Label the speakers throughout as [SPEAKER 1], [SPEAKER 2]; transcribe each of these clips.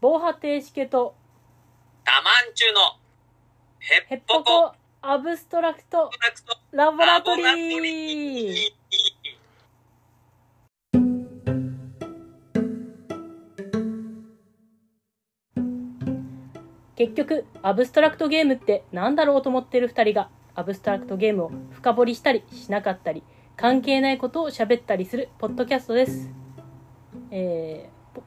[SPEAKER 1] 防波堤しけと
[SPEAKER 2] ダマンチュのヘ
[SPEAKER 1] ヘ
[SPEAKER 2] ッ
[SPEAKER 1] ッ
[SPEAKER 2] ポ
[SPEAKER 1] ポ
[SPEAKER 2] コ
[SPEAKER 1] コアブストラクト
[SPEAKER 2] プロダクト
[SPEAKER 1] ラボラト
[SPEAKER 2] ラボ
[SPEAKER 1] リ
[SPEAKER 2] ラト
[SPEAKER 1] ー
[SPEAKER 2] リー
[SPEAKER 1] 結局アブストラクトゲームってなんだろうと思ってる2人がアブストラクトゲームを深掘りしたりしなかったり関係ないことを喋ったりするポッドキャストですえーポ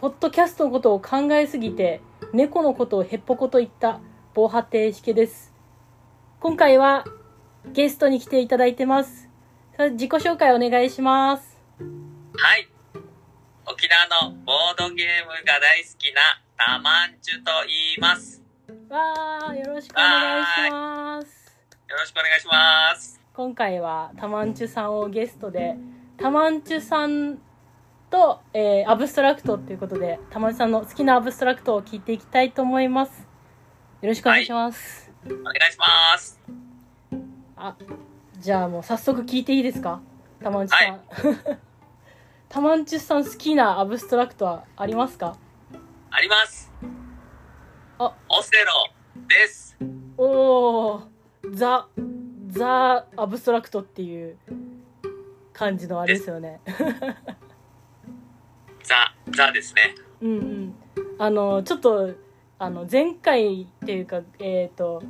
[SPEAKER 1] ポッドキャストのことを考えすぎて猫のことをヘッポコと言った防波堤しけです今回はゲストに来ていただいてますさあ自己紹介お願いします
[SPEAKER 2] はい。沖縄のボードゲームが大好きなダマンチュと言います。
[SPEAKER 1] わーよろしくお願いします
[SPEAKER 2] よろしくお願いします。
[SPEAKER 1] 今回はタマンチュさんをゲストでタマンチュさんと、えーアブストラクトということでタマンチュさんの好きなアブストラクトを聞いていきたいと思いますよろしくお願いします、
[SPEAKER 2] お願いします。
[SPEAKER 1] あじゃあもう早速聞いていいですかタマンチュさん、 タマンチュさん好きなアブストラクトはありますか
[SPEAKER 2] あります。
[SPEAKER 1] あ
[SPEAKER 2] オセロです。
[SPEAKER 1] おおザザアブストラクトっていう感じのあれですよね
[SPEAKER 2] ザ、ザですね。
[SPEAKER 1] うんうんあのちょっとあの前回っていうかえっ、と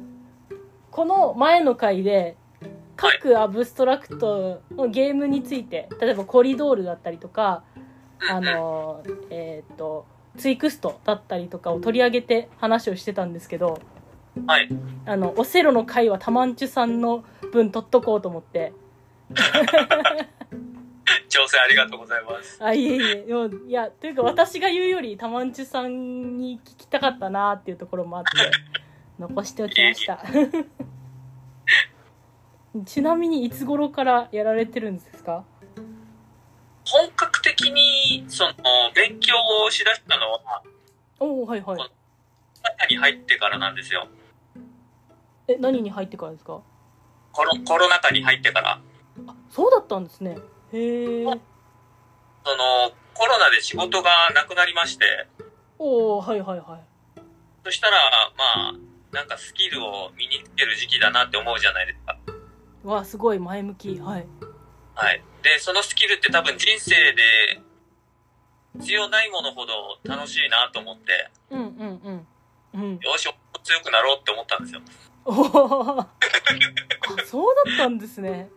[SPEAKER 1] この前の回で各アブストラクトのゲームについて例えばコリドールだったりとか
[SPEAKER 2] うん
[SPEAKER 1] あ
[SPEAKER 2] うんは
[SPEAKER 1] のえっ、とツイクストだったりとかを取り上げて話をしてたんですけど
[SPEAKER 2] い。
[SPEAKER 1] あのオセロの回はタマンチュさんの分取っとこうと思って
[SPEAKER 2] 調整ありがとうございます。
[SPEAKER 1] あいえいえでもいやというか私が言うよりタマンチュさんに聞きたかったなっていうところもあって残しておきましたちなみにいつ頃からやられてるんですか
[SPEAKER 2] 本格的に、その、勉強をしだしたのは、
[SPEAKER 1] おおはいはい
[SPEAKER 2] 中に入ってからなんですよ。
[SPEAKER 1] え何に入ってからですか
[SPEAKER 2] コロ、コロナ禍に入ってから。
[SPEAKER 1] あそうだったんですねへえ
[SPEAKER 2] その、コロナで仕事がなくなりまして、
[SPEAKER 1] おおはいはいはい
[SPEAKER 2] そしたら、まあ、なんかスキルを身につける時期だなって思うじゃないですか。
[SPEAKER 1] わあすごい前向きはい
[SPEAKER 2] はい。で、そのスキルって多分人生で必要ないものほど楽しいなと思って、
[SPEAKER 1] うんうんうんうん
[SPEAKER 2] よし、強くなろうって思ったんですよ。
[SPEAKER 1] おおあそうだったんですね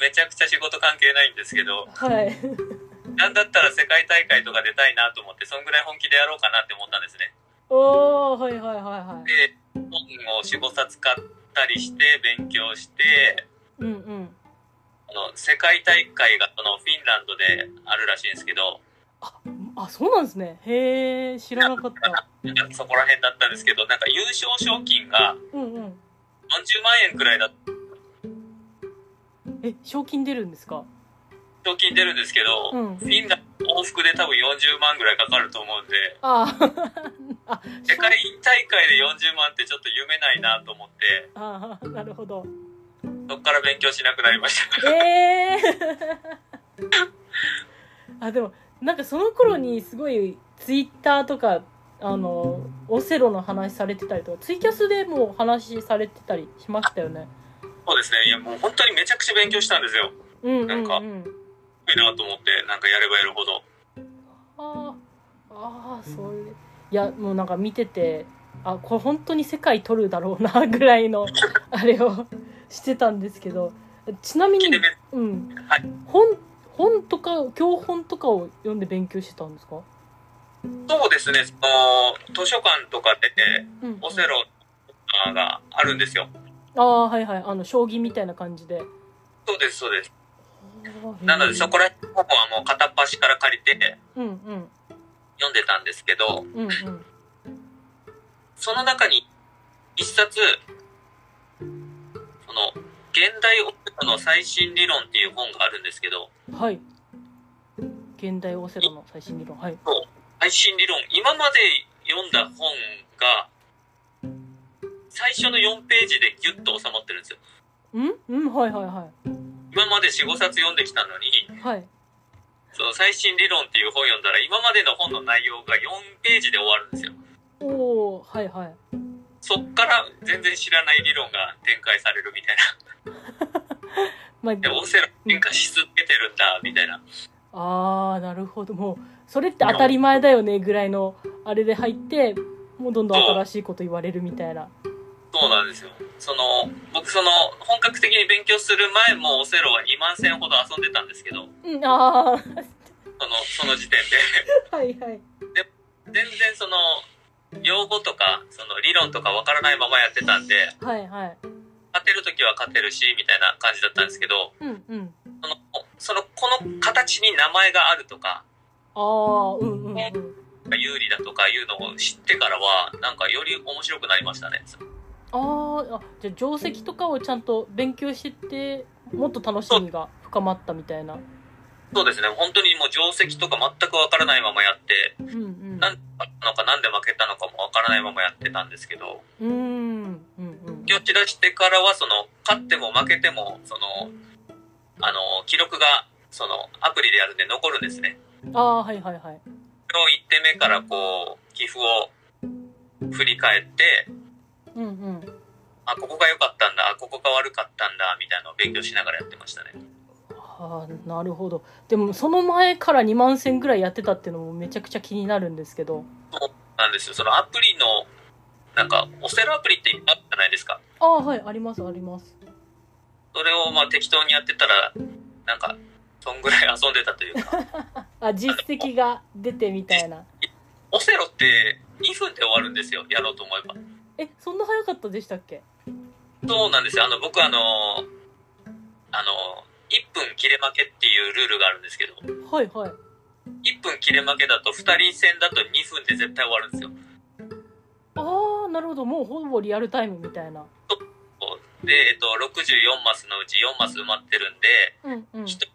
[SPEAKER 2] めめちゃくちゃ仕事関係ないんですけど、
[SPEAKER 1] はい
[SPEAKER 2] なんだったら世界大会とか出たいなと思って、そんぐらい本気でやろうかなって思ったんですね。
[SPEAKER 1] おおはいはいはいはい
[SPEAKER 2] で、本を4、5冊買ったりして、勉強して、
[SPEAKER 1] うんうん
[SPEAKER 2] あの、世界大会がそのフィンランドであるらしいんですけど、
[SPEAKER 1] あそうなんですねへえ知らなかった
[SPEAKER 2] なんかそこら辺だったんですけど、なんか優勝賞金が
[SPEAKER 1] うんうん
[SPEAKER 2] 40万円くらいだ
[SPEAKER 1] え賞金出るんですか
[SPEAKER 2] 賞金出るんですけど、
[SPEAKER 1] うん
[SPEAKER 2] フィンランド往復で多分40万ぐらいかかると思うんで、
[SPEAKER 1] あーあ
[SPEAKER 2] 世界大会で40万ってちょっと夢ないなと思って、
[SPEAKER 1] あーなるほど
[SPEAKER 2] そっから勉強しなくなりました。
[SPEAKER 1] ええあでもなんかその頃にすごいツイッターとかあのオセロの話されてたりとかツイキャスでも話されてたりしましたよね
[SPEAKER 2] そうですね。いや、もう本当にめちゃくちゃ勉強したんですよ。
[SPEAKER 1] うんうん、う
[SPEAKER 2] なん
[SPEAKER 1] ん、
[SPEAKER 2] かいいなと思って、なんかやればやるほど。
[SPEAKER 1] あーあーそういういやもうなんか見ててあこれ本当に世界取るだろうなぐらい のあれをしてたんですけどちなみに
[SPEAKER 2] で、、
[SPEAKER 1] うん
[SPEAKER 2] はい
[SPEAKER 1] 本本とか教本とかを読んで勉強してたんですか、
[SPEAKER 2] そうですね、その、図書館とかで、
[SPEAKER 1] うん
[SPEAKER 2] オセロのコーナーがあるんですよ。
[SPEAKER 1] ああはいはいあの将棋みたいな感じで
[SPEAKER 2] そうです、そうです。なので、そこら辺の本はもう片っ端から借りて
[SPEAKER 1] うんうん
[SPEAKER 2] 読んでたんですけど、
[SPEAKER 1] うんうん
[SPEAKER 2] その中に一冊、その、現代オセロの最新理論っていう本があるんですけど、
[SPEAKER 1] はい現代オセロの最新理論はい
[SPEAKER 2] 最新理論、今まで読んだ本が、最初の4ページでギュッと収まってるんですよ。
[SPEAKER 1] うんうんはいはいは
[SPEAKER 2] 今まで4、5冊読んできたのに、
[SPEAKER 1] いはい
[SPEAKER 2] その最新理論っていう本読んだら、今までの本の内容が4ページで終わるんですよ。
[SPEAKER 1] おおはいはい
[SPEAKER 2] そっから全然知らない理論が展開されるみたい
[SPEAKER 1] まあ
[SPEAKER 2] な。で、オセロ進化し続けてるんだ、みたいな。
[SPEAKER 1] あーなるほどもうそれって当たり前だよねぐらいのあれで入ってもうどんどん新しいこと言われるみたいな
[SPEAKER 2] そうなんですよ。その、僕その、本格的に勉強する前もオセロは2万戦ほど遊んでたんですけど、
[SPEAKER 1] うんあ
[SPEAKER 2] その、その時点で。
[SPEAKER 1] あ はいはい
[SPEAKER 2] 全然その用語とかその理論とかわからないままやってたんで
[SPEAKER 1] はいはい
[SPEAKER 2] 勝てる時は勝てるしみたいな感じだったんですけど
[SPEAKER 1] うんうん
[SPEAKER 2] そのそのこの形に名前があるとか
[SPEAKER 1] ああうんうんうん
[SPEAKER 2] 有利だとかいうのを知ってからはなんかより面白くなりましたね
[SPEAKER 1] あーあじゃあ定石とかをちゃんと勉強してってもっと楽しみが深まったみたいな
[SPEAKER 2] そうですね本当にもう定石とか全くわからないままやって
[SPEAKER 1] うんうん
[SPEAKER 2] 何で勝ったのか何で負けたのかもわからないままやってたんですけど
[SPEAKER 1] うーんうんうん
[SPEAKER 2] 気を散らしてからはその勝っても負けてもそのあの記録がそのアプリでやるんで残るんですね
[SPEAKER 1] ああはいはいはい
[SPEAKER 2] 今日1点目からこう寄付を振り返って
[SPEAKER 1] うんうん
[SPEAKER 2] あここが良かったんだあここが悪かったんだみたいなのを勉強しながらやってましたね
[SPEAKER 1] ああなるほどでもその前から2万戦ぐらいやってたっていうのもめちゃくちゃ気になるんですけど
[SPEAKER 2] なんですよそのアプリのなんかオセロアプリっていっぱいあるじゃないですか
[SPEAKER 1] ああはいありますあります
[SPEAKER 2] それをまあ適当にやってたらなんかそんぐらい遊んでたというか
[SPEAKER 1] あ実績が出てみたい な
[SPEAKER 2] オセロって2分で終わるんですよやろうと思えば
[SPEAKER 1] えそんな早かったでしたっけ
[SPEAKER 2] そうなんですよあの僕あのあの1分切れ負けっていうルールがあるんですけど
[SPEAKER 1] はいはい
[SPEAKER 2] 1分切れ負けだと2人戦だと2分で絶対終わるんですよ
[SPEAKER 1] ああなるほどもうほぼリアルタイムみたいな
[SPEAKER 2] で、えっと、64マスのうち4マス埋まってるんで、
[SPEAKER 1] うんうん
[SPEAKER 2] 1人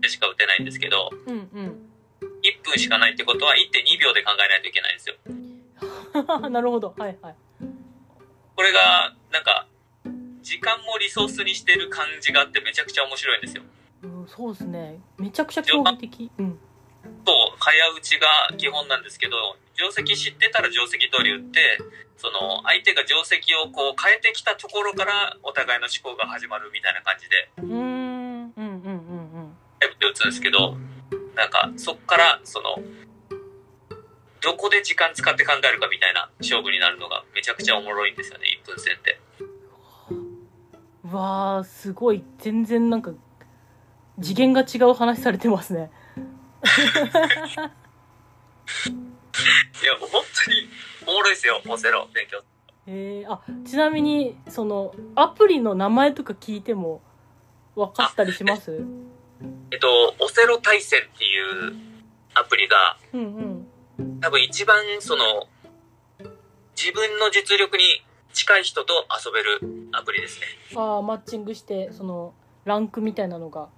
[SPEAKER 2] でしか打てないんですけど、
[SPEAKER 1] うんうん
[SPEAKER 2] 1分しかないってことは1.2秒で考えないといけないんです よ。
[SPEAKER 1] なるほどはいはい
[SPEAKER 2] これが、なんか、時間もリソースにしてる感じがあってめちゃくちゃ面白いんですよ。
[SPEAKER 1] うんそうですねめちゃくちゃ競技的うん
[SPEAKER 2] そう、早打ちが基本なんですけど、定石知ってたら定石通り打って、その、相手が定石をこう変えてきたところからお互いの思考が始まるみたいな感じで、
[SPEAKER 1] うーんうんうんうんうん
[SPEAKER 2] タイプで打つんですけど、なんか、そっから、その、どこで時間使って考えるかみたいな勝負になるのがめちゃくちゃおもろいんですよね、1分戦って。
[SPEAKER 1] うわーすごい全然なんか次元が違う話されてますね
[SPEAKER 2] いや、もう本当におもろいですよ、オセロ、勉強。
[SPEAKER 1] えー、あちなみにそのアプリの名前とか聞いても分かったりしますうん
[SPEAKER 2] えっと、オセロ対戦っていうアプリが、
[SPEAKER 1] うん
[SPEAKER 2] 多分一番その、自分の実力に近い人と遊べるアプリですね。
[SPEAKER 1] ああマッチングしてそのランクみたいなのが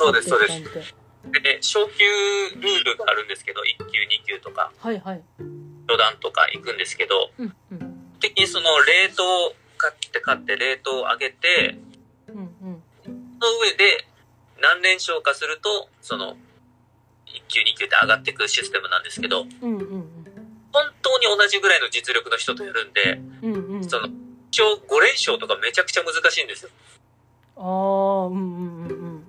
[SPEAKER 2] そうです、そうで
[SPEAKER 1] 出
[SPEAKER 2] す。
[SPEAKER 1] てきたりして
[SPEAKER 2] で、昇級ルールがあるんですけど、1級、2級とか、
[SPEAKER 1] はいはい
[SPEAKER 2] 序段とか行くんですけど、
[SPEAKER 1] うんうん
[SPEAKER 2] 的にその冷凍を買って買って冷凍を上げて
[SPEAKER 1] うんうん
[SPEAKER 2] その上で何連勝かするとその1級2級って上がっていくシステムなんですけど
[SPEAKER 1] うんうん
[SPEAKER 2] 本当に同じぐらいの実力の人とやるんで
[SPEAKER 1] うんうんうん
[SPEAKER 2] その一応5連勝とかめちゃくちゃ難しいんですよ
[SPEAKER 1] ああうんうんうんうん
[SPEAKER 2] も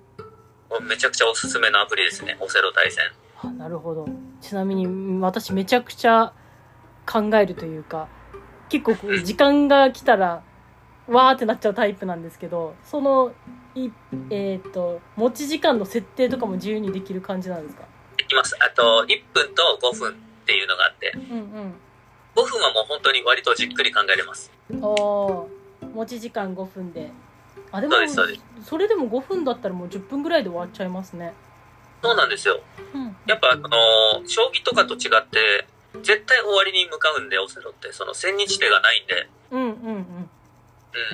[SPEAKER 2] うめちゃくちゃおすすめのアプリですねオセロ対戦
[SPEAKER 1] あなるほどちなみにうん私めちゃくちゃ考えるというか結構こう時間が来たらわーってなっちゃうタイプなんですけどそのいえっ、と持ち時間の設定とかも自由にできる感じなんですか
[SPEAKER 2] できますあと1分と5分っていうのがあって
[SPEAKER 1] うんうん
[SPEAKER 2] 5分はもう本当に割とじっくり考えれます
[SPEAKER 1] おー持ち時間5分であでも
[SPEAKER 2] そうですそうです
[SPEAKER 1] それでも5分だったらもう10分ぐらいで終わっちゃいますね
[SPEAKER 2] そうなんですよ
[SPEAKER 1] うん
[SPEAKER 2] やっぱあのー将棋とかと違って、絶対終わりに向かうんで、オセロって。その千日手がないんで。
[SPEAKER 1] うんうん
[SPEAKER 2] う
[SPEAKER 1] うん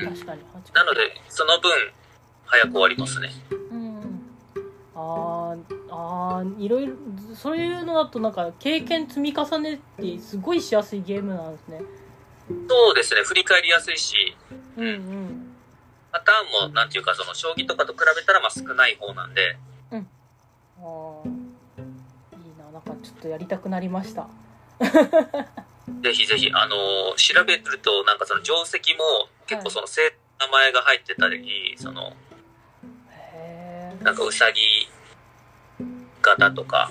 [SPEAKER 2] ん。
[SPEAKER 1] 確かに
[SPEAKER 2] なので、その分、早く終わりますね。
[SPEAKER 1] うんうんあーあーいろいろそういうのだとなんか経験積み重ねってすごいしやすいゲームなんですね
[SPEAKER 2] そうですね、振り返りやすいし、
[SPEAKER 1] うんうん
[SPEAKER 2] パターンも、なんていうか、その、将棋とかと比べたら、まあ、少ない方なんで、
[SPEAKER 1] あーとやりたくなりました
[SPEAKER 2] ぜひぜひ、あのー調べると、なんかその定石も結構その生徒の名前が入ってたり、その、
[SPEAKER 1] へ
[SPEAKER 2] なんかうさぎ型とか、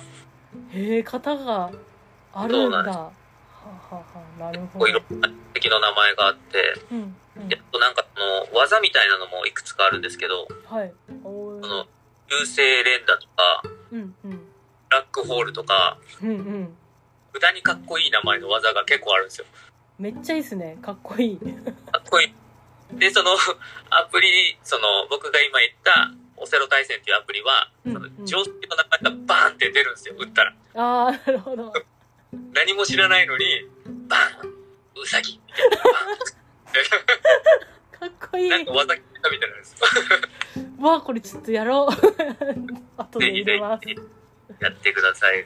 [SPEAKER 1] え型があるんだ
[SPEAKER 2] そうなんで
[SPEAKER 1] はあはあはあなるほど
[SPEAKER 2] こういろんな定石の名前があって、
[SPEAKER 1] うんうん
[SPEAKER 2] であとなんかその技みたいなのもいくつかあるんですけど、
[SPEAKER 1] はいおー
[SPEAKER 2] その、流星連打とか、
[SPEAKER 1] うんうん
[SPEAKER 2] ブラックホールとか、
[SPEAKER 1] うんうん
[SPEAKER 2] 無駄にかっこいい名前の技が結構あるんですよ。
[SPEAKER 1] めっちゃいいっすねかっこいい
[SPEAKER 2] かっこいい。で、その、 アプリ、その、僕が今言った、オセロ対戦っていうアプリは、その
[SPEAKER 1] うんうん
[SPEAKER 2] 定石の名前がバーンって出るんですよ、打ったら。
[SPEAKER 1] あーなるほど
[SPEAKER 2] 何も知らないのに、バーンウサギみたいな。
[SPEAKER 1] かっこいい
[SPEAKER 2] バーンなん か技切ったみたいなんです。
[SPEAKER 1] わあこれちょっとやろう 後で
[SPEAKER 2] ぜひ
[SPEAKER 1] 入
[SPEAKER 2] ぜ
[SPEAKER 1] れます
[SPEAKER 2] ひ、やってください。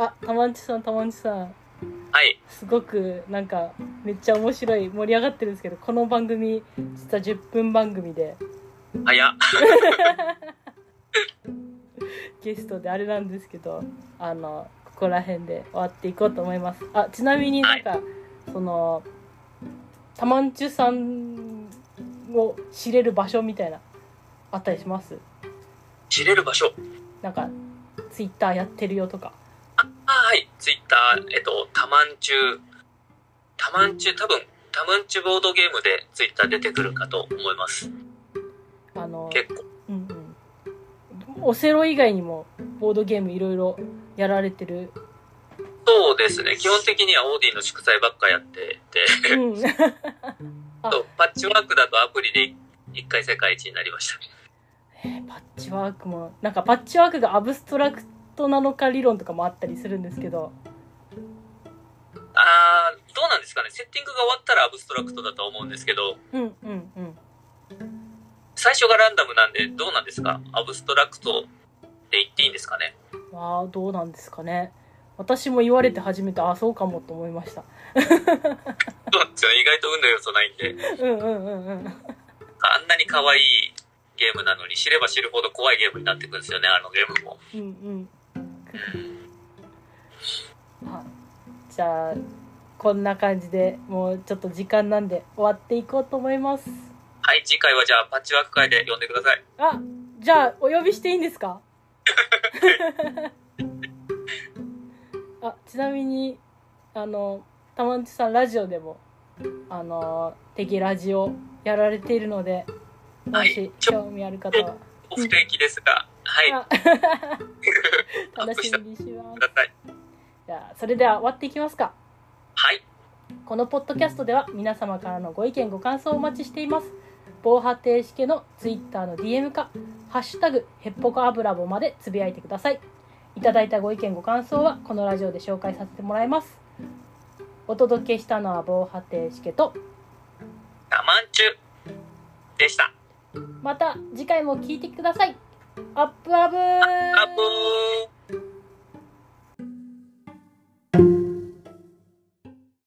[SPEAKER 1] あたまんちさんたまんちさん
[SPEAKER 2] はい。
[SPEAKER 1] すごくなんかめっちゃ面白い盛り上がってるんですけどこの番組実は10分番組で
[SPEAKER 2] 早っ。
[SPEAKER 1] ゲストであれなんですけどあのここら辺で終わっていこうと思いますあちなみになんか、そのたまんちゅさんを知れる場所みたいなあったりします
[SPEAKER 2] 知れる場所。
[SPEAKER 1] なんかツイッターやってるよとか
[SPEAKER 2] あはい。ツイッター、えっと、たまんちゅう。たまんちゅう、多分、たまんちゅうボードゲームでツイッター出てくるかと思います。
[SPEAKER 1] あの
[SPEAKER 2] 結構。
[SPEAKER 1] うんうんオセロ以外にもボードゲームいろいろやられてる、
[SPEAKER 2] そうですね。基本的にはオーディの祝祭ばっかやってて、
[SPEAKER 1] うん、 あ
[SPEAKER 2] そうパッチワークだとアプリで一回世界一になりました。
[SPEAKER 1] パッチワークもなんかパッチワークがアブストラクトなのか理論とかもあったりするんですけど
[SPEAKER 2] あーどうなんですかねセッティングが終わったらアブストラクトだと思うんですけど
[SPEAKER 1] うんうんうん
[SPEAKER 2] 最初がランダムなんでどうなんですかアブストラクトって言っていいんですか ね
[SPEAKER 1] まあどうなんですかね私も言われて初めてあそうかもと思いました
[SPEAKER 2] そうなんですよね意外と運の要素ないんで
[SPEAKER 1] うんうんうんうん
[SPEAKER 2] あんなに可愛いゲームなのに知れば知るほど怖いゲームになってくるんですよねあのゲームも
[SPEAKER 1] うんうんあじゃあこんな感じでもうちょっと時間なんで終わっていこうと思います
[SPEAKER 2] はい次回はじゃあパッチワーク会で呼んでください
[SPEAKER 1] あじゃあお呼びしていいんですか あちなみにあのたまんちさんラジオでもあのテキラジオやられているのでも
[SPEAKER 2] はい
[SPEAKER 1] し
[SPEAKER 2] ちょ
[SPEAKER 1] 興味ある方は、
[SPEAKER 2] お不定期ですがはい
[SPEAKER 1] あ
[SPEAKER 2] ア ッ
[SPEAKER 1] 楽
[SPEAKER 2] プ
[SPEAKER 1] し
[SPEAKER 2] して
[SPEAKER 1] みにしま
[SPEAKER 2] く
[SPEAKER 1] す
[SPEAKER 2] ださい
[SPEAKER 1] じゃあそれでは終わっていきますか
[SPEAKER 2] はい
[SPEAKER 1] このポッドキャストでは皆様からのご意見ご感想をお待ちしています防波堤式のツイッターの DM か「ハッシュタグへっぽこ油棒」までつぶやいてくださいいただいたご意見ご感想はこのラジオで紹介させてもらいますお届けしたのは防波堤式と
[SPEAKER 2] 我慢中でした
[SPEAKER 1] また次回も聞いてくださいアップアブ
[SPEAKER 2] あブー